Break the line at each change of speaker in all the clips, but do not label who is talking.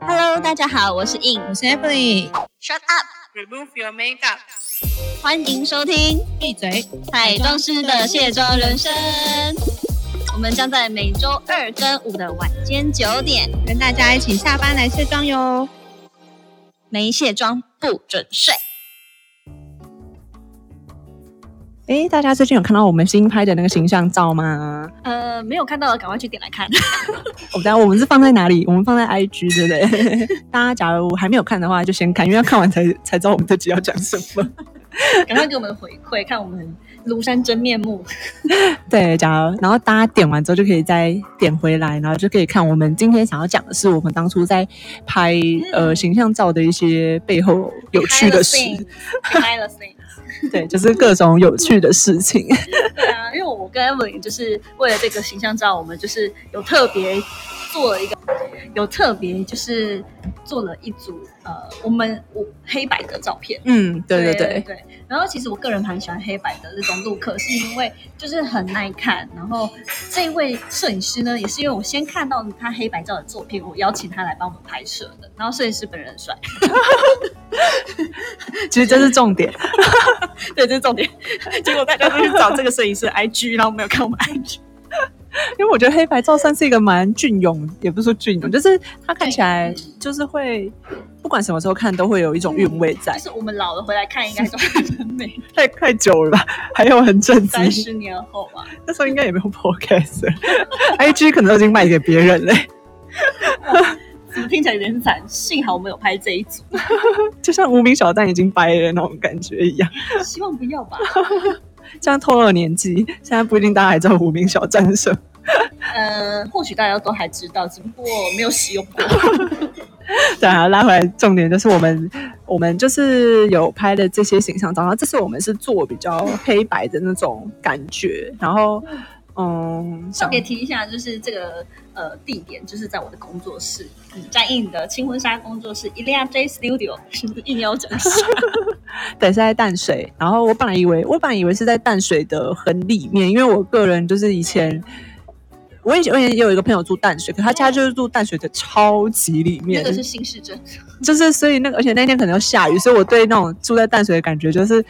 Hello，大家好，我是 In。
我是 Emily，
Shut up！
Remove your makeup.
欢迎收听
闭嘴。
彩妆师的卸妆人生。我们将在每周二跟五的晚间九点，
跟大家一起下班来卸妆哟。
没卸妆不准睡。
诶，大家最近有看到我们新拍的那个形象照吗？
呃，没有看到的赶快去点来看。
我、等下我们是放在哪里？我们放在 IG 对不 对？大家假如还没有看的话，就先看，因为要看完才才知道我们这集要讲什 么。
赶快给我们回馈，看我们庐山真面目。
对，假如然后大家点完之后就可以再点回来，然后就可以看我们今天想要讲的是我们当初在拍、呃形象照的一些背后有趣的事。
开了 thing。
对，就是各种有趣的事情。
对啊，因为我跟 Evelyn 就是为了这个形象照，我们就是有特别做了一个，有特别就是做了一组呃，我们我黑白的照片。
嗯，对对
对
对，
对。然后其实我个人蛮喜欢黑白的这种录刻，是因为就是很耐看。然后这一位摄影师呢，也是因为我先看到他黑白照的作品，我邀请他来帮我们拍摄的。然后摄影师本人很帅，
其实这是重点。
对，这是重点。 结果大家都去找这个摄影师的 IG，然后没有看我们 IG。
因为我觉得黑白照算是一个蛮隽永，也不是说隽
嗯
永，就是它看起来就是会，不管什么时候看都会有一种韵味在
就。是我们老了回来看，应该都还很美。
太太久了吧， 还有很正经，
三十年后啊，
那时候应该也没有 podcast，IG 可能都已经卖给别人嘞。
怎么听起来有点惨？幸好我们有拍这一组，
就像无名小站已经掰了那种感觉一样，
希望不要吧。
这样透露了年纪，现在不一定大家还知道无名小站是什么。
呃，或许大家都还知道，只不过没有使用过。
对啊，拉回来重点就是我们，我们就是有拍的这些形象照，然后这次我们是做比较黑白的那种感觉，然后嗯，
特别提一下，就是这个呃地点，就是在我的工作室，在印的轻婚纱工作室 Ilya J Studio，是 不是硬要 讲一下？
对，是在淡水。然后我本来以为，我本来以为是在淡水的很里面，因为我个人就是以前，我以前我以前也有一个朋友住淡水，可他家就是住淡水的超级里
那
面，
个是新市 镇，
就是所以那个，而且那天可能要下雨，所以我对那种住在淡水的感觉就是。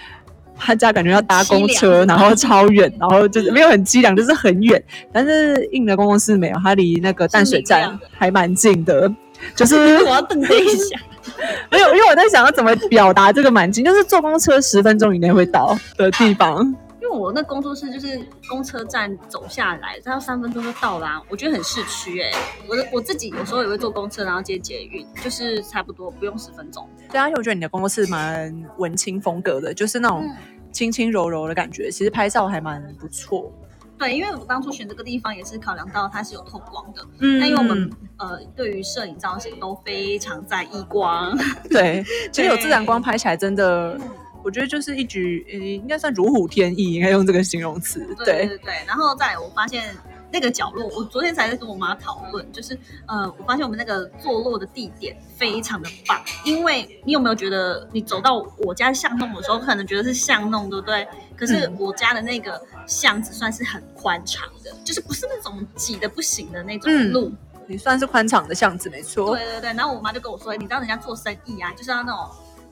他家感觉要搭公车，
很凄凉
然后超远，然后就是没有很凄凉，就是很远。但是硬的公共室没有，它离那个淡水
是明
站
亮
还蛮近的， 就是
我要等他一下。
没有，因为我在想要怎么表达这个蛮近，就是坐公车十分钟以内会到的地方。
因为我那工作室就是公车站走下来，它要三分钟就到啦、我觉得很市区哎、我的我自己有时候也会坐公车，然后接捷运，就是差不多不用十分钟。
对啊，而且我觉得你的公司蛮文青风格的，就是那种
嗯
轻轻柔柔的感觉，其实拍照还蛮不错。
对，因为我当初选这个地方也是考量到它是有透光的，
嗯
那因为我们呃对于摄影造型都非常在意光，
对，其实有
对
自然光拍起来真的。我觉得就是一举，呃应该算如虎添翼，应该用这个形容词。
对对
对，
对对。然后再来我发现那个角落，我昨天才在跟我妈讨论，就是呃，我发现我们那个坐落的地点非常的棒，因为你有没有觉得你走到我家巷弄的时候，可能觉得是巷弄，对不对？可是
嗯
我家的那个巷子算是很宽敞的，就是不是那种挤的不行的那
嗯
种路，
你算是宽敞的巷子，没错。
对对对，然后我妈就跟我说，哎你知道人家做生意啊，就是要那种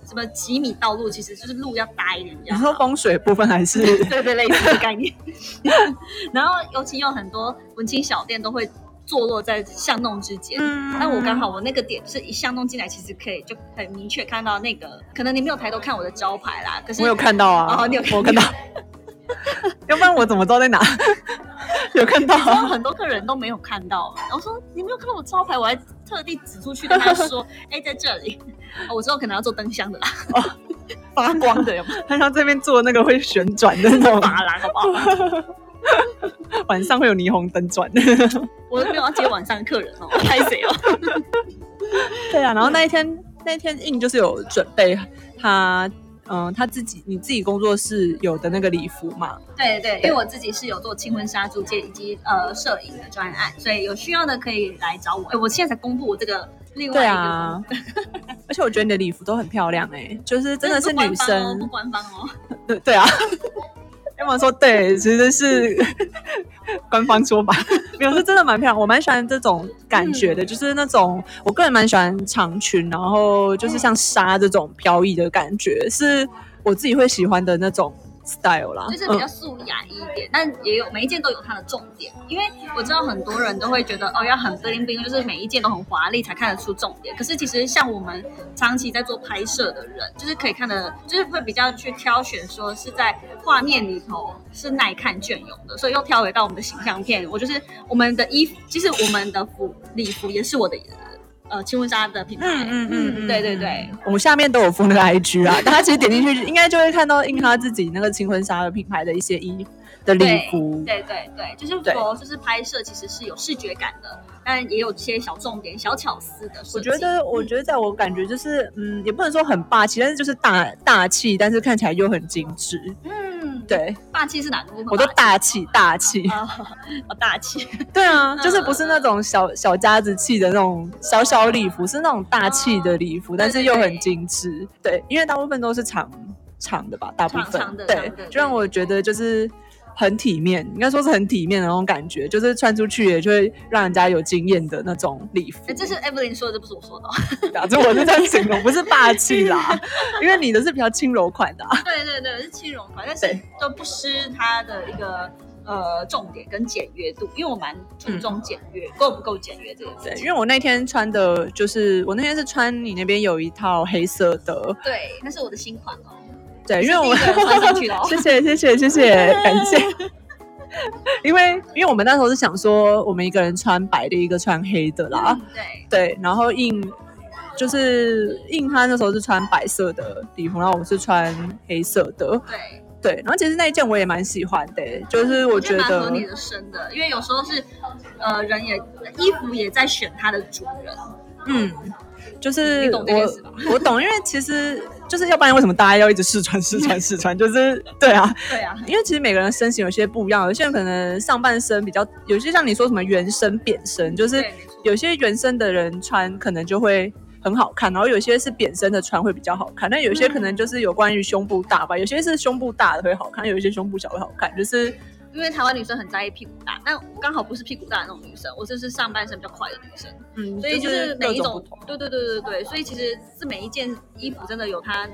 什么几米道路，其实就是路要大一点比较
你
好。
说风水部分还 是
对对，类似的概念。 然后尤其有很多文青小店都会坐落在巷弄之间。
嗯
那我刚好我那个点就是一巷弄进来，其实可以就很明确看到那个，可能你没有抬头看我的招牌啦，可是
我有看到啊，
哦你有看
我看到，要不然我怎么知道在哪？ 有看到、
然后
啊，
很多客人都没有看到，然后说你没有看到我招牌，我还特地指出去跟他说，哎、在这里、哦我之后可能要做灯箱 的啦，发光的有 没有
他像这边做那个会旋转的那 种，
发啦，好不好？
晚上会有霓虹灯转。
我都没有要接晚上的客人哦，拍谁哦？
对啊，然后那一天那一天印就是有准备他。嗯，他自己你自己工作室有的那个礼服嘛，
对对，因为我自己是有做轻婚纱租借以及呃摄影的专案，所以有需要的可以来找我。哎我现在才公布我这个另外
对
一个，
啊， 而且我觉得你的礼服都很漂亮哎、就是真的是
不官
女
方哦，不
生，
官方哦。
对对啊，
哎、
干嘛说对？其实是 官方说法， 没有是真的蛮漂亮，我蛮喜欢这种感觉的，
嗯
就是那种我个人蛮喜欢长裙，然后
嗯
就是像纱这种飘逸的感觉，是我自己会喜欢的那种 style 啦。嗯
就是比较素雅一点，但也有每一件都有它的重点，因为我知道很多人都会觉得哦要很 bling bling，就是每一件都很华丽才看得出重点。可是其实像我们长期在做拍摄的人，就是可以看的，就是会比较去挑选说是在画面里头是耐看隽永的，所以又跳回到我们的形象片，我就是我们的衣服，其实我们的服礼服也是我的呃青婚纱的品牌，
嗯嗯嗯嗯，
对对对，
我们下面都有附那个 IG 啊，大家其实点进去应该就会看到印他自己那个轻婚纱的品牌的一些衣的礼服。
对对对，就是
对
说，就是拍摄其实是有视觉感的，但也有一些小重点、小巧思的设
我
计。
觉得，我觉得，在我感觉就是，嗯，也不能说很霸气，但是就是大大气，但是看起来又很精致。
嗯，，
对
霸 气是哪个部分？
我都大气大气，
啊，好大气，
对啊，就是
嗯
不是那种小小家子气的那种小小礼服，是那种大气的礼
嗯
服，但是又很精致。对，因为大部分都是长长的吧，大部分
长长的
对
长的，
就让我觉得就是。很体面，应该说是很体面的那种感觉，就是穿出去也就会让人家有惊艳的那种礼服。
哎，这是 Evelyn 说的，这不是我说的哦。
打字我是这样形容，不是霸气啦，因为你的是比较轻柔款的、啊。
对对对，是轻柔款，但是
对
都不失它的一个呃重点跟简约度，因为我蛮注重简约，够不够简约这个
嗯对
事，
因
情。
为我那天穿的就是我那天是穿你那边有一套黑色的，
对，那是我的新款哦。
对，因为我
是第一个穿上去的 哦
谢谢谢谢谢谢，感谢。 因为因为我们那时候是想说，我们一个人穿白的，一个穿黑的啊啦，
嗯，对，
对，然后印就是印他那时候是穿白色的礼服，然后我是穿黑色的，
对，
对，然后其实那一件我也蛮喜欢的、就是我觉
蛮合
得
你的身的，因为有时候是呃人也衣服也在选它的主人。
嗯，就是
你
我
懂这件事吧
我懂，因为其实就是要不然为什么大家要一直试穿试穿试穿，就是对啊，
对啊，
因为其实每个人身形有些不一样，有些人可能上半身比较，有些像你说什么圆身、扁身，就是
对没错
有些圆身的人穿可能就会很好看，然后有些是扁身的穿会比较好看，但有些可能就是有关于胸部大吧，有些是胸部大的会好看，有一些胸部小会好看，就是
因为台湾女生很在意屁股大，但我刚好不是屁股大的那种女生，我就是上半身比较快的女生，
嗯，
所以就是每一
各不
种
同，
对对对对对，所以其实是每一件衣服真的有它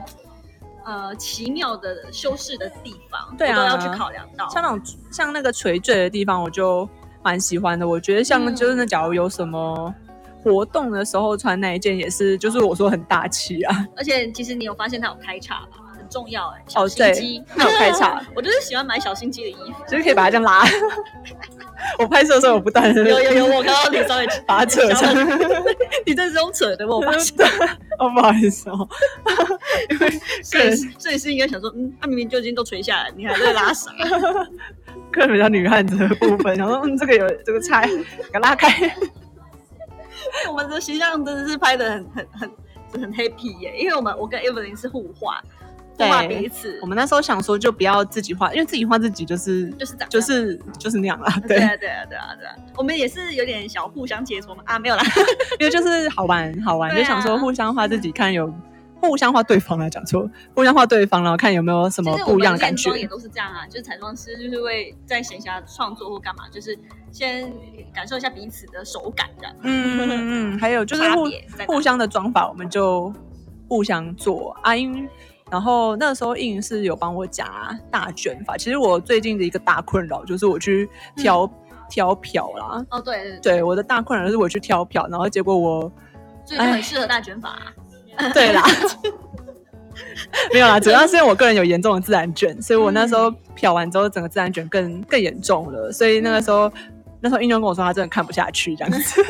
呃奇妙的修饰的地方，
对啊
我都要去考量到。
像那种像那个垂坠的地方，我就蛮喜欢的。我觉得像
嗯
就是那假如有什么活动的时候穿那一件，也是就是我说很大气啊。
而且其实你有发现它有开叉吧，很重要哎、小
哦
心机。
它有开叉，
我就是喜欢买小心机的衣 服。
其实可以把它这样拉。我拍摄的时候，我不断
有有有，我刚刚你稍微
把它扯上
想。 你这是用扯的，我发 现。
哦，不好意思哦，
摄影师摄影师应该想说，嗯，他明明就已经都垂下来，你还在拉 啥？
个人比较女汉子的部分，想说嗯，这个有这个拆，给它拉开。
我们的形象真的是拍的很很很很 happy 耶、因为我们我跟 Evelyn 是互画，互
对
画彼此，
我们那时候想说，就不要自己画，因为自己画自己就是
就是长这样。
就是就是那样啦。
对
对，
啊，对啊，对啊，对啊，我们也是有点小互相切磋嘛啊，没有啦，
因为就是好玩好玩，
对啊
就想说互相画自己看有。互相画对方啦，讲错，互相画对方，然后看有没有什 么
其实我
不一样
们
的感
练
觉
妆。也都是这样啊，就是彩妆师就是会在闲暇创作或干嘛，就是先感受一下彼此的手感这样，
嗯嗯嗯，还有就是
差
互
别在哪
互相的妆法，我们就互相做啊，因然后那时候印是有帮我夹大卷发，其实我最近的一个大困扰就是我去挑、挑漂啦，
哦，对对对，
对我的大困扰就是我去挑漂，然后结果我
所以就很适合大卷发、啊，
对啦，没有啦，主要是因为我个人有严重的自然卷，所以我那时候漂完之后，整个自然卷更更严重了，所以那个时候、那时候英雄跟我说他真的看不下去这样子。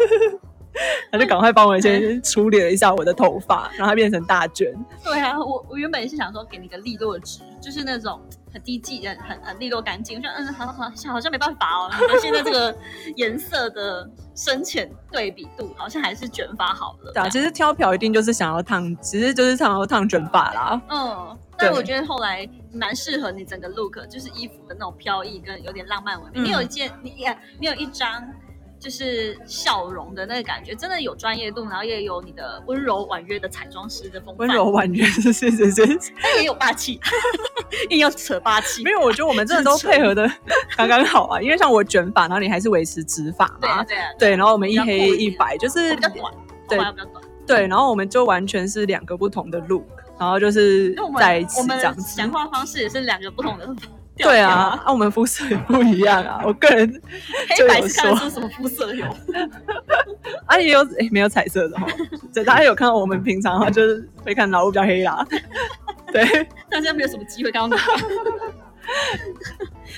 他就赶快帮我先处理了一下我的头发，然后它变成大卷。
对啊，我我原本也是想说给你个利落值，就是那种很低级、很很很利落干净。我说嗯，好好好，好像没办法哦。你的现在这 个颜色的深浅对比度，好像还是卷发好了。
对啊，其实挑漂一定就是想要烫，其实就是想要烫卷发 啦。
嗯，但
对
我觉得后来蛮适合你整个 look，就是衣服的那种飘逸跟有点浪漫唯美。
嗯
你有一件，你你有一张就是笑容的那个感觉，真的有专业度，然后也有你的温柔婉约的彩妆师的风范，
温柔，婉约，谢谢谢谢。
但也有霸气， 硬要扯霸气
没。有，我觉得我们真的都 配合的刚刚好啊，因为像我卷发，然后你还是维持直发
对啊，
嘛，
对啊，
对，然后我们一
比
黑
较酷一点
一白，就是
我比较短，
对
头发比较短。
对，然后我们就完全是两个不同的 look，然后就是
因为我
在
们
一起
我
这样
们
子。
讲话方式也是两个不同的 调调。
对啊，啊，我们肤色也不一 样啊。我个人
黑
就
白
有
是看得
说
出什么肤色有。
啊也有诶没有彩色 的哈，对，大家有看到我们平常的话就是会看老五比较 黑啦，对，
大家没有什么机会看到你。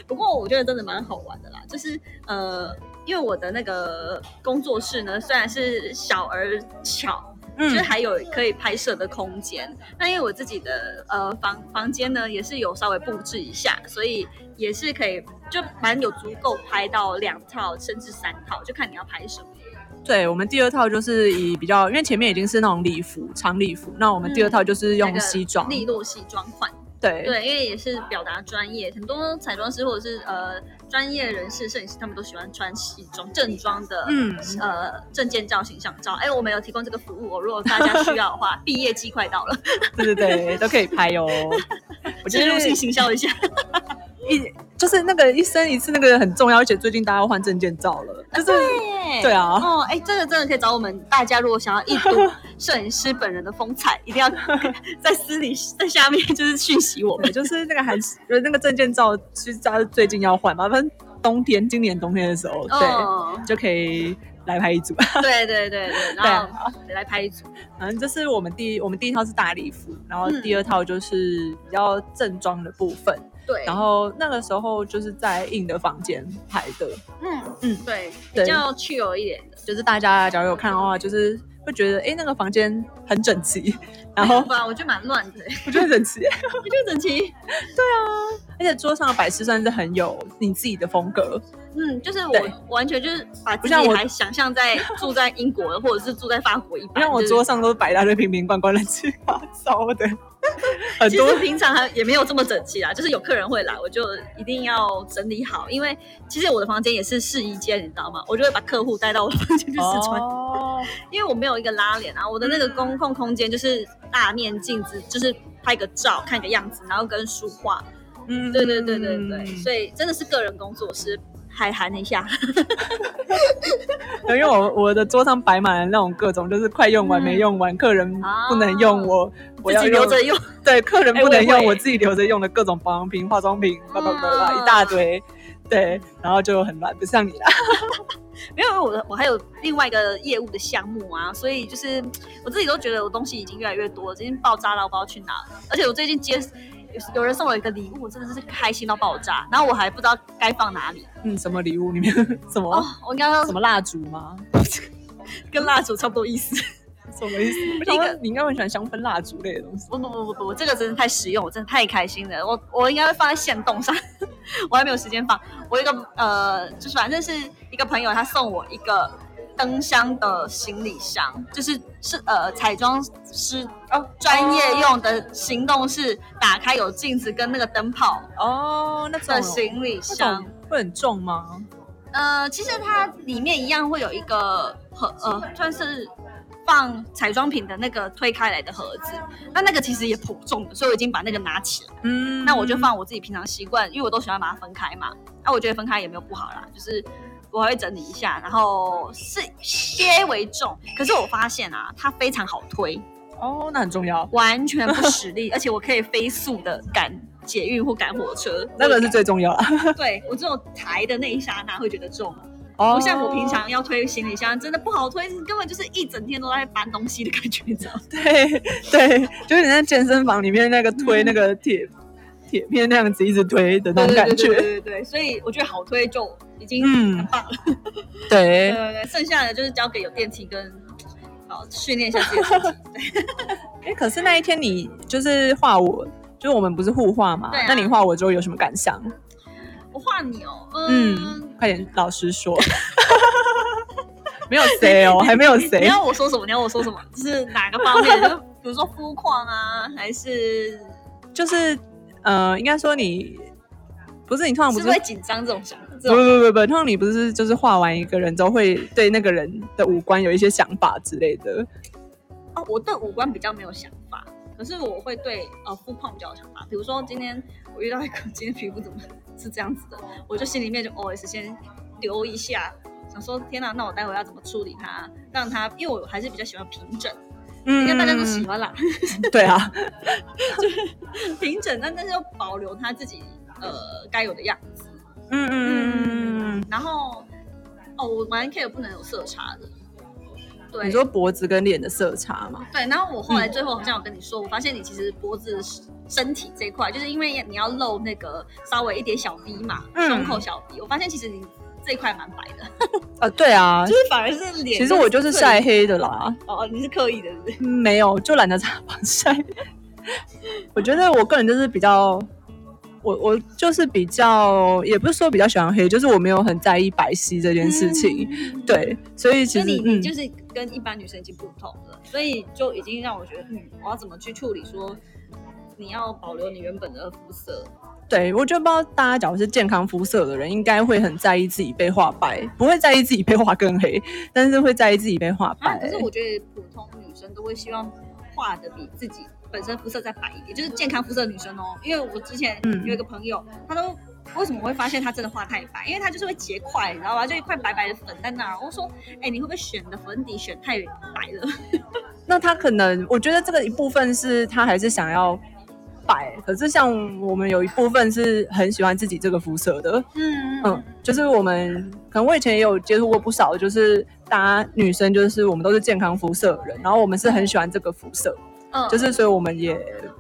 不过我觉得真的蛮好玩的啦，就是呃，因为我的那个工作室呢，虽然是小而巧，就是
嗯
还有可以拍摄的空间。那因为我自己的呃房房间呢，也是有稍微布置一下，所以也是可以就蛮有足够拍到两套甚至三套，就看你要拍什么。
对，我们第二套就是以比较，因为前面已经是那种礼服长礼服，那我们第二套就是
那
用
个
西装，
利落西装款。
对
对，因为也是表达专业，很多彩妆师或者是呃专业人士、摄影师，他们都喜欢穿西装正装的，
嗯
呃证件照、形象照。哎，我们有提供这个服务哦，如果大家需要的话， 毕业季快到了，
对对对，都可以拍 哦。我觉
植入
得
性行销一下。
一就是那个一生一次那个很重要，而且最近大家要换证件照了，就 是
啊对
对啊
哦，哎，这个真的可以找我们大家，如果想要 一睹摄影师本人的风采，一定要在私底在下面就是讯息我们
对，。就是那个韩，就是那个证件照，其实大家最近要换嘛，反正冬天，今年冬天的时候， 对，
哦，
就可以来拍一组。
对对对对，
对
然
啊
后来拍一组，
反正这是我们第我们第一套是大礼服，然后
嗯
第二套就是比较正装的部分，
对，
然后那个时候就是在硬的房间拍的，
嗯嗯
嗯，
对，比
对
较趣有一点的，
就是大家假如有看的话，就是会觉得哎、诶那个房间很整齐，然后
不然我觉得蛮乱的，我
我觉得很整齐， 啊
觉得整齐。
而且桌上的摆饰算是很有你自己的风格，
嗯，就是
对
我完全就是把自
不像
己
我
还想象在住在英国或者是住在法国一
不
般。
像我
就是
桌上都摆一大堆瓶瓶罐罐、乱七八糟的，很
其
多
实平常还也没有这么整齐啦，就是有客人会来，我就一定要整理好，因为其实我的房间也是试衣间，你知道吗？我就会把客户带到我的房间去试穿，
哦，嗯
因为我没有一个拉帘啊，我的那个公共空间就是大面镜子，就是拍个照看个样子，然后跟书画，
嗯
对对对对对，
嗯
所以真的是个人工作室，海涵一下，
因为我我的桌上摆满了那种各种，就是快用完没用完，客人不能用我，
嗯啊自
我要
己
用
留着用。
对，客人不
哎
能
我
用，
也会
我自己留着用的各种保养品、化妆品，叭叭叭
嗯
叭一大堆，对，然后就很乱，不像你 啦，
没有，因为我的我还有另外一个业务的项目啊，所以就是我自己都觉得我东西已经越来越多了，已经爆炸到不知道去哪了。而且我最近接有人送我一个礼物，我真的是开心到爆炸，然后我还不知道该放哪里
嗯，什么礼物里面
哦
什么。
我应该要
什么蜡烛吗？
跟蜡烛差不多意思。
什么意思？我想说你应该很喜欢香氛蜡烛类的东西。
不不不不不，这个真的太实用，我真的太开心了。我我应该会放在线动上， 我还没有时间放。我一个呃，就是反正是一个朋友，他送我一个灯箱的行李箱，就是是呃彩妆师哦专业用的行动式，打开有镜子跟那个灯泡
哦，那
的行李
那
箱
种。会很重吗？
呃，哦其实它里面一样会有一个盒，呃，算是放彩妆品的那个推开来的盒子。那那个其实也颇重的，所以我已经把那个拿起来。
嗯
那我就放我自己平常习惯，因为我都喜欢把它分开嘛。那、我觉得分开也没有不好啦，就是我还会整理一下，然后是些为重。可是我发现啊，它非常好推，
哦，那很重要，
完全不使力，而且我可以飞速的赶捷运或赶火车。
那个是最重要了。
对我只有抬的那一刹那会觉得重，
哦
不像我平常要推行李箱，真的不好推，根本就是一整天都在搬东西的感觉，你知道吗？
对对，就是你在健身房里面那个推那个铁铁片那样子一直推的那种感
嗯对对
觉。
对对对，所以我觉得好推就已经
嗯
很棒了。对对
对，
对，剩下的就是交给有电梯跟好训练一下自己的身体。
哎，可是那一天你就是画我，就是我们不是互画嘛
对啊？
那你画我之后有什么感想？
我画你哦，嗯，
嗯，快点，老实说。没有谁哦，还没有
你
谁。
要我说什么？你要我说什么？就是哪个方面？就是比如说肤况啊，还是
就是呃，应该说你不是你通常不
是
是
会紧张这种想法？这
不不
种
不不，通常你不是就是画完一个人之后，会对那个人的五官有一些想法之类的。
哦，我对五官比较没有想法，可是我会对呃肤况比较有想法。比如说今天我遇到一个今天皮肤怎么是这样子的，我就心里面就 OS 先留一下，想说天哪、那我待会要怎么处理它，让它，因为我还是比较喜欢平整，应
嗯
该大家都喜欢啦，
对啊，
平整，但但是又保留它自己呃该有的样子。
嗯嗯嗯嗯嗯。
然后哦，我蛮 care 不能有色差的。对，
你说脖子跟脸的色差嘛？
哦对，然后我
嗯
后来最后好像有跟你说，我发现你其实脖子、身体这一块，就是因为你要露那个稍微一点小 V 嘛，
嗯
胸口小 V，我发现其实你这一块蛮白的，
啊，对啊
就，是反而是脸。
其实我就是晒黑的啦。
哦，你是刻意的，是不是？
嗯没有，就懒得擦防晒。 我觉得我个人就是比较，我我就是比较，也不是说比较喜欢黑，就是我没有很在意白皙这件事情。
嗯，
对，所以其
所以
实
你你
嗯
就是跟一般女生已经不同了，所以就已经让我觉得，嗯，我要怎么去处理说。你要保留你原本的肤色，
对，我觉得不知道大家假如是健康肤色的人，应该会很在意自己被画白，不会在意自己被画更黑， 但是会在意自己被画白、
啊，可是我觉得普通女生都会希望画的比自己本身肤色再白一点，就是健康肤色的女生哦。因为我之前
嗯
有一个朋友，她都为什么我会发现她真的画太白？因为她就是会结块，你知道吧？就一块白白的粉在那儿。我说，哎、你会不会选的粉底选太白了？
那他可能，我觉得这个一部分是他还是想要白，可是像我们有一部分是很喜欢自己这个肤色的，
嗯
嗯， 就是我们可能我以前也有接触过不少，就是大家女生就是我们都是健康肤色的人，然后我们是很喜欢这个肤色，
嗯
就是所以我们也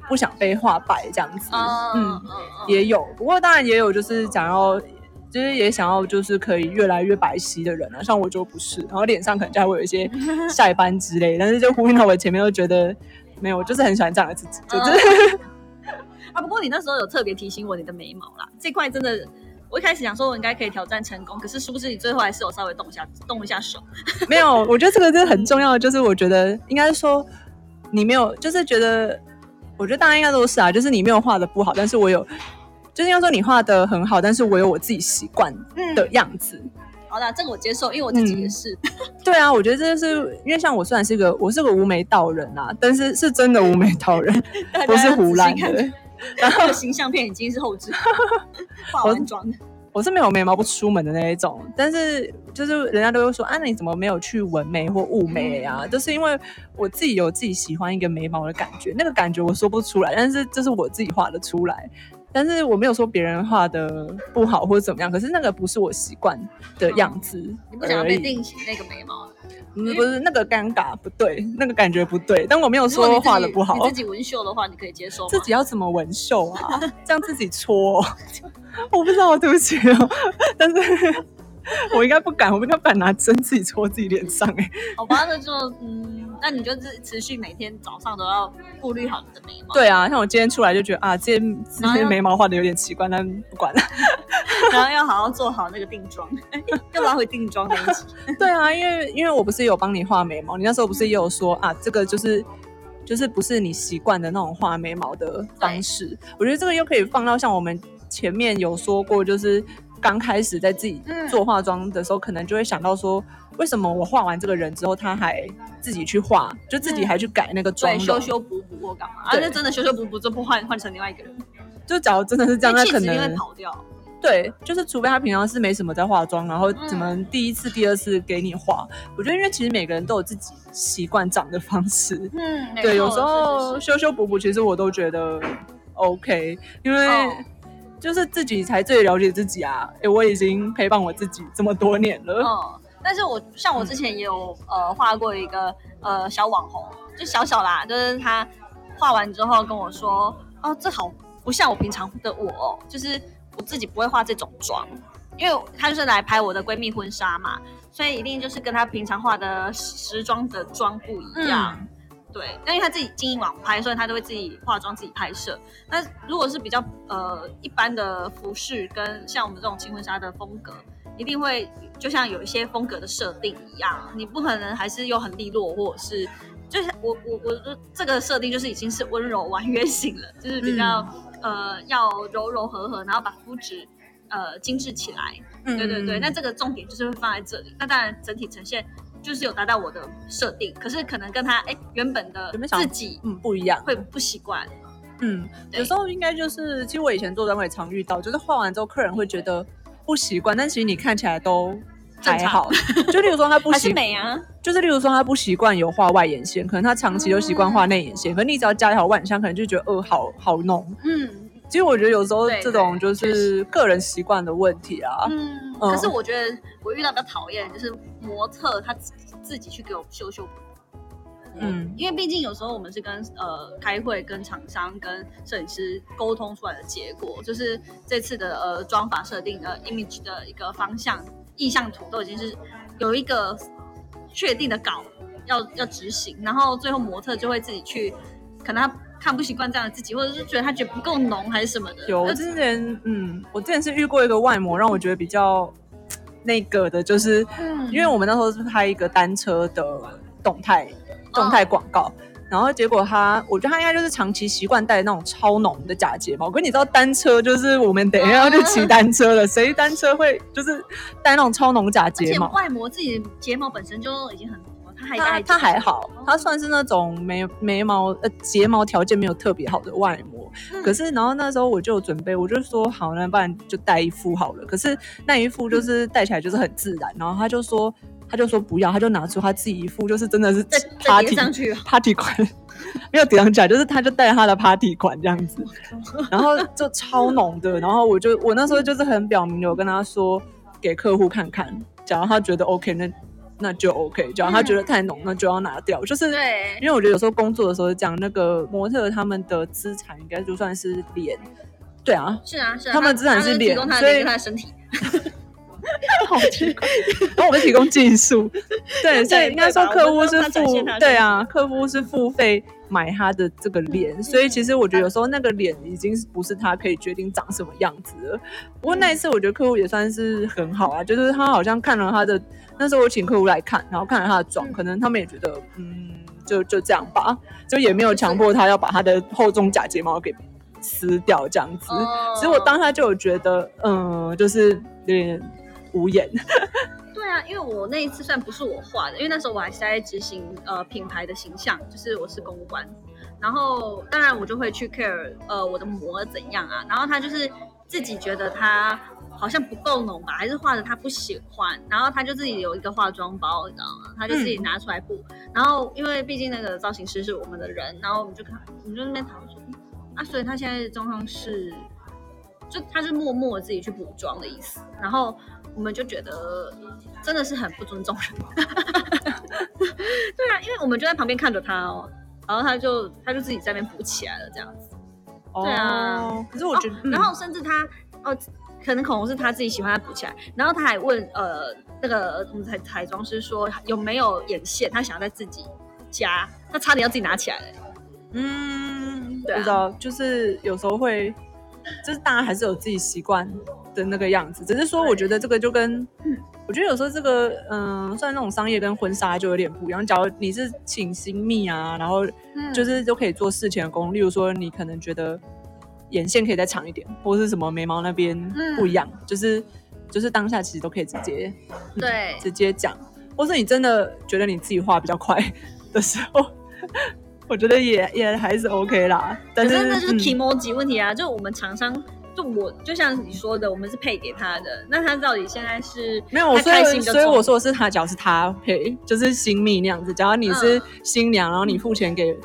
不想被画白这样子，嗯
嗯，
也有，不过当然也有就是想要。就是也想要，就是可以越来越白皙的人啊，像我就不是，然后脸上可能就还会 有一些晒斑之类，但是就呼应到我前面，就觉得没有，我就是很喜欢这样的自己，就
嗯
是、
啊，不过你那时候有特别提醒我你的眉毛啦，这块真的。我一开始想说，我应该可以挑战成功，可是殊不知你最后还是有稍微动一下，动一下手。
没有，我觉得这个真的很重要。就是我觉得应该说，你没有，就是觉得，我觉得大家应该都是啊，就是你没有画的不好，但是我有，就是应该说你画的很好，但是我有我自己习惯
嗯
的样子。
好啦，这个我接受，因为我自己
嗯
也是。
对啊，我觉得这就是因为像我虽然是个我是个无眉道人啊，但是是真的无眉道人，
大家
不是胡乱
要仔
的
细。看，这个形象片已经是后置 化完妆的。
我是没有眉毛不出门的那一种，但是就是人家都会说啊，你怎么没有去纹眉或雾眉
嗯
啊？就是因为我自己有自己喜欢一个眉毛的感觉，那个感觉我说不出来，但是这是我自己画的出来，但是我没有说别人画的不好或者怎么样，可是那个不是我习惯的样子
嗯你不想要
而
被
已。
定型那个眉毛？
嗯不是那个尴尬不对，那个感觉不对，但我没有
如果你
说
自己
画的不好
你，自己纹绣的话，你可以接受吗？
自己要怎么纹绣啊？这样自己搓、哦， 我不知道，对不起哦。但是我应该不敢，我应该不敢拿针自己戳自己脸上、欸。哎，
好吧，那就嗯，那你就是持续每天早上都要顾虑好你的眉毛，
对啊，像我今天出来就觉得啊，今天今
然后
天
又
眉毛画的有点奇怪，但不管了。
然后要好好做好那个定 妆，又拉回定妆那一集。
对啊，因为因为我不是有帮你画眉毛，你那时候
嗯
不是也有说啊，这个就是。就是不是你习惯的那种画眉毛的方式，我觉得这个又可以放到像我们前面有说过，就是刚开始在自己
嗯
做化妆的时候，可能就会想到说，为什么我画完这个人之后，他还自己去画，就自己还去改那个 妆
对，
容
修修补补或干嘛啊？
对
那真的修修补补，就不换换成另外一个人，
就假如真的是这样，
因
那
为气
可
质一定会
能
跑掉。
对，就是除非他平常是没什么在化妆，然后
嗯
怎么第一次、第二次给你画，我觉得因为其实每个人都有自己习惯长的方式，
嗯，没
对，有
错
时候
是是
修修补补，其实我都觉得 OK，因为
哦
就是自己才最了解自己啊。诶，我已经陪伴我自己这么多年了。
嗯，但是我像我之前也有、呃画过一个呃小网红，就小小啦，就是他画完之后跟我说，哦，这好不像我平常的我、哦，就是我自己不会画这种妆，因为他就是来拍我的闺蜜婚纱嘛，所以一定就是跟他平常画的时装的妆不一样。对，但因为他自己经营网拍，所以他都会自己化妆、自己拍摄。那如果是比较呃一般的服饰，跟像我们这种轻婚纱的风格，一定会就像有一些风格的设定一样，你不可能还是又很利落，或者是就是我我我就这个设定就是已经是温柔婉约型了，
嗯
就是比较、呃要柔柔和和，然后把肤质呃精致起来。
嗯
对对对，
嗯
那这个重点就是会放在这里。那当然，整体呈现就是有达到我的设定，可是可能跟他哎原本的
原本想
自己
嗯不一样，
会不习惯。
嗯，
对
有时候应该就是，其实我以前做专柜常遇到，就是画完之后客人会觉得不习惯，但其实你看起来都还好。就例如说他不
还
习
是，美啊，
就是例如说他不习惯有画外眼线，可能他长期就习惯
嗯
画内眼线，可是你只要加一条外眼线，可能就觉得呃好好浓。
嗯
其实我觉得有时候
对
这种就
对确
是个人习惯的问题啊。
嗯。
嗯
可是我觉得我遇到比较讨厌的就是模特他自自己去给我修修补补。
嗯
因为毕竟有时候我们是跟呃开会、跟厂商、跟摄影师沟通出来的结果，就是这次的呃妆法设定、呃 image 的一个方向、意向图都已经是有一个确定的稿要要执行，然后最后模特就会自己去，可能他看不习惯这样的自己，或者是觉得他觉得不够浓还是什么的，
有，我
那
之前嗯，我之前是遇过一个外模，让我觉得比较那个的，就是
嗯
因为我们那时候是拍一个单车的动态动态广告。
哦
然后结果他，我觉得他应该就是长期习惯戴那种超浓的假睫毛。可是你知道单车就是我们等
啊
一下就骑单车了，谁单车会就是戴那种超浓假
而
睫
且
毛？
外模自己的睫毛本身就已经很多，他还
他
戴
他还好
哦，
他算是那种眉眉毛呃睫毛条件没有特别好的外模。
嗯
可是然后那时候我就有准备，我就说好，那不然就戴一副好了。可是那一副
嗯
就是戴起来就是很自然，然后他就说他就说不要，他就拿出他自己一副就是真的是
再再叠
party
上去，
party 款，没有抵挡起来，就是他就带他的 party 款这样子，然后就超浓的，然后我就我那时候就是很表明的，我跟他说给客户看看，假如他觉得 OK，那那就 OK，假如他觉得太浓，那就要拿掉，就是
对
因为我觉得有时候工作的时候讲那个模特他们的资产应该就算是脸，对啊，
是啊是啊，
他们自然是
就提
脸
供他
所
的
以
跟他的身体，
好奇 怪。然后我们提供技术，对，
对
所以应该
对
说
吧
客户
我们都
是
要展
付
现他的，
对啊，客户是付费买他的这个
嗯
脸，所以其实我觉得有时候那个脸已经不是他可以决定长什么样子了。不过
嗯
那一次我觉得客户也算是很好啊，就是他好像看了他的，那时候我请客户来看，然后看了他的妆，
嗯
可能他们也觉得嗯，就就这样吧，就也没
哦
有强迫他要把他的厚重假睫毛给撕掉这样子。
哦
其实我当下就有觉得，嗯、就是有点无言。
对啊，因为我那一次算不是我画的，因为那时候我还是在执行呃品牌的形象，就是我是公关，然后当然我就会去 care 呃我的膜怎样啊，然后他就是自己觉得他好像不够浓吧，还是画的他不喜欢，然后他就自己有一个化妆包，你知道吗？他就自己拿出来布，然后因为毕竟那个造型师是我们的人，然后我们就看我们就在那边讨论说，嗯啊，所以他现在的状况是。就他是默默地自己去补妆的意思，然后我们就觉得真的是很不尊重人。 对啊，因为我们就在旁边看着他哦，然后他就他就自己在那边补起来了这样子。对啊
哦，可是我觉得，嗯
然后甚至他哦，可能口红是他自己喜欢，他补起来。然后他还问呃那个我们彩彩妆师说有没有眼线，他想要再自己加，他差点要自己拿起来了。欸
嗯，
对啊
不知道，就是有时候会，就是大家还是有自己习惯的那个样子，只是说我觉得这个就跟
嗯。
我觉得有时候这个，嗯、算那种商业跟婚纱就有点不一样。假如你是请新密啊，然后
嗯
就是就可以做事前的功，例如说你可能觉得眼线可以再长一点，或是什么眉毛那边
嗯
不一样，就是就是当下其实都可以直接
对
直接讲，或是你真的觉得你自己画比较快的时候， 我觉得也也还是 OK 啦。但
可
是
是那就是
嗯
emoji 问题啊，就我们厂商，就我就像你说的，我们是配给他的，那他到底现在是
没有，
他
所
开
以
心比较
所以
重
我说的是他，假如是他配，就是新密那样子。假如你是
嗯哦
新娘，然后你付钱给。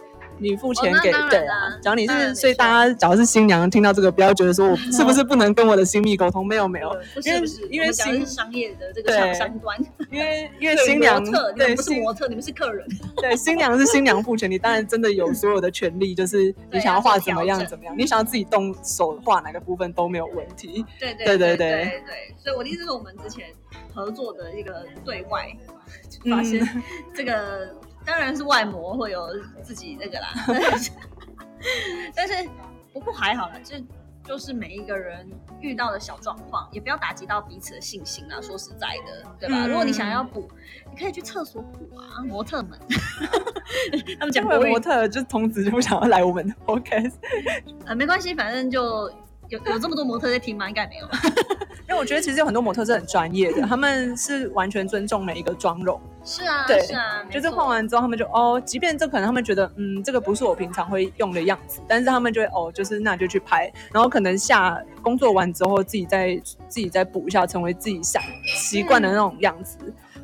你付钱
那
给、
当然
对
啦
啊，假如你
当然
是，
没
所以
错
大家假如是新娘，听到这个不要觉得说我是不是不能跟我的新密沟通，没有没有，
不
因
是
为
不是，
因为
我们讲的
新
是商业的这个
对
厂商端，
因为因为
对
新娘
模特，你
对
们不是
新
模特，你们是客人，
对，新娘是新娘付钱，你当然真的 有所有的权利，就是你
对
想
要
要
做
画怎么
调
样
整
怎么样，你想要自己动手画哪个部分都没有问题。
对对对
对对对
对对，所以我的意思是我们之前合作的一个对外，
嗯
就发现这个当然是外模会有自己那 个啦，但是但是不过还好啦，这就是每一个人遇到的小状况，也不要打击到彼此的信心啊。说实在的，对吧？
嗯
如果你想要补，你可以去厕所补啊，模特们，他们讲
因
国
为
语
模特就从此就不想要来我们的 podcast，
呃，没关系，反正就有有这么多模特在听吗？应该没有吧。
因为我觉得其实有很多模特是很专业的，他们是完全尊重每一个妆容，
是啊，
对
是啊，没
就是
错
换完之后他们就哦，即便这可能他们觉得嗯这个不是我平常会用的样子，但是他们就会哦就是那就去拍，然后可能下工作完之后自己再自己再补一下，成为自己想习惯的那种样子。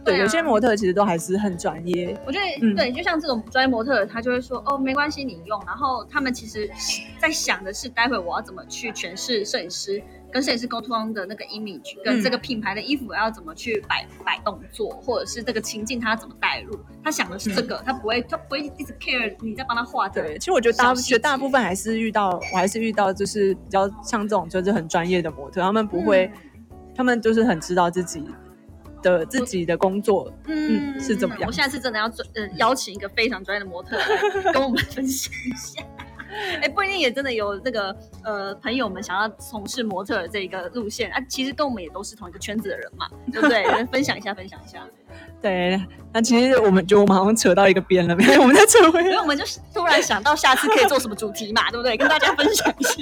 对，
对啊
有些模特其实都还是很专业，
我觉得、
嗯
对，就像这种专业模特儿，他就会说哦，没关系，你用。然后他们其实在想的是，待会我要怎么去诠释摄影师跟摄影师沟通的那个 image，跟
嗯
这个品牌的衣服要怎么去摆摆动作，或者是这个情境他怎么带入。他想的是这个，他不会他不会一直 care 你在帮他画的。嗯
嗯对，其实我觉得大
小细节
绝大部分还是遇到，我还是遇到就是比较像这种就是很专业的模特，他们不会，
嗯
他们就是很知道自己的自己的工作，
嗯，
嗯是怎么样
我下次真的要专呃邀请一个非常专业的模特 来跟我们分享一下。哎、不一定也真的有那个呃朋友们想要从事模特儿这一个路线啊，其实跟我们也都是同一个圈子的人嘛，对 不对？分享一下，分享一下。
对。那其实我们就我们好像扯到一个边了，没有，我们再扯回
所以
来。
我们就是突然想到下次可以做什么主题嘛，对不对？跟大家分享一下，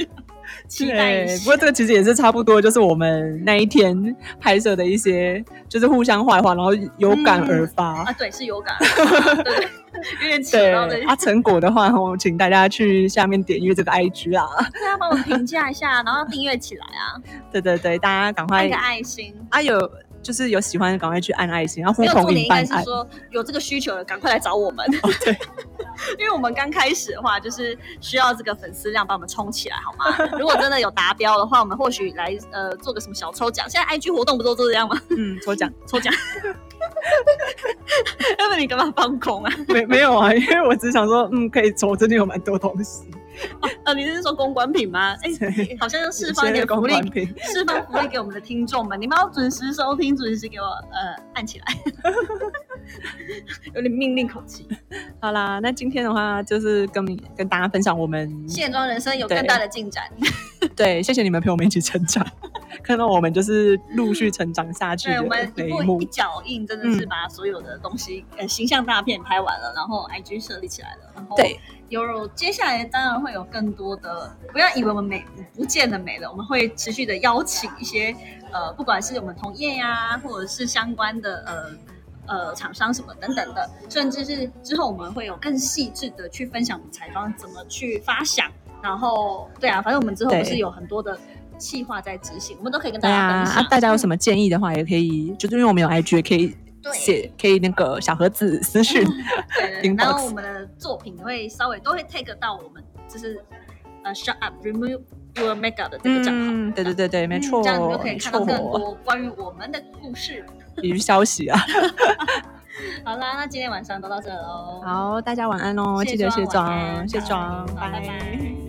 期待一
对，不过
下。
这个其实也是差不多，就是我们那一天拍摄的一些，就是互相坏话，然后有感而发。
啊，对，是有感而发， 对，有点扯到的
对。啊，成果的话，我请大家去下面点阅这个 IG 啊。
大家帮我评价一下，然后订阅起来啊，
对对对，大家赶快
按个爱心。
啊，有就是有喜欢的赶快去按爱心，然后呼
没有重
朋
点
引
应该
伴
是
爱。
说有这个需求的，赶快来找我们。
对，
因为我们刚开始的话，就是需要这个粉丝量帮我们冲起来，好吗？ 如果真的有达标的话，我们或许来呃做个什么小抽奖。现在 IG 活动不都这样吗？
嗯，抽奖
抽奖， 要不你干嘛放空啊？
没没有啊？因为我只想说，嗯，可以抽，最近有蛮多东西，
呃，你是说公关品吗？哎、好像要释放一
有些
点
公
福利
关，品。
释放福利给我们的听众们，你们要准时收听，准时给我呃按起来， 有点命令口气。
好啦，那今天的话就是跟你跟大家分享我们，
卸妆人生有更大的进展。
对，谢谢你们陪我们一起成长， 看到我们就是陆续成长下去
对，我们
的
一
眉
步
目
一。脚印，真的
嗯
是把所有的东西，呃，形象大片拍完了，然后 IG 设立起来了，然后
对，
有接下来当然会有更多的，不要以为我们没不见得没了，我们会持续的邀请一些，呃，不管是我们同业呀、或者是相关的呃。呃，厂商什么等等的，甚至是之后我们会有更细致的去分享我们采访怎么去发想，然后对啊，反正我们之后
对
不是有很多的计划在执行，我们都可以跟大
对
家
啊
分，享。
啊，大家有
么
什么建议的话，也可以，就是因为我们有 IG，也可以
对
写，可以那个小盒子私讯。
对对，
Inbox
然后我们的作品会稍微都会 take 到我们就是呃 shut up remove your makeup 的这个账号。
嗯，对对对对，没
嗯
错，
这样你就可以
没
看到更
错，
多关于我们的故事。
鱼消 息啊。
好啦，那今天晚上都到这喽。
好，大家晚安哦，
卸
记得卸
妆晚安
妆，卸妆，
好拜拜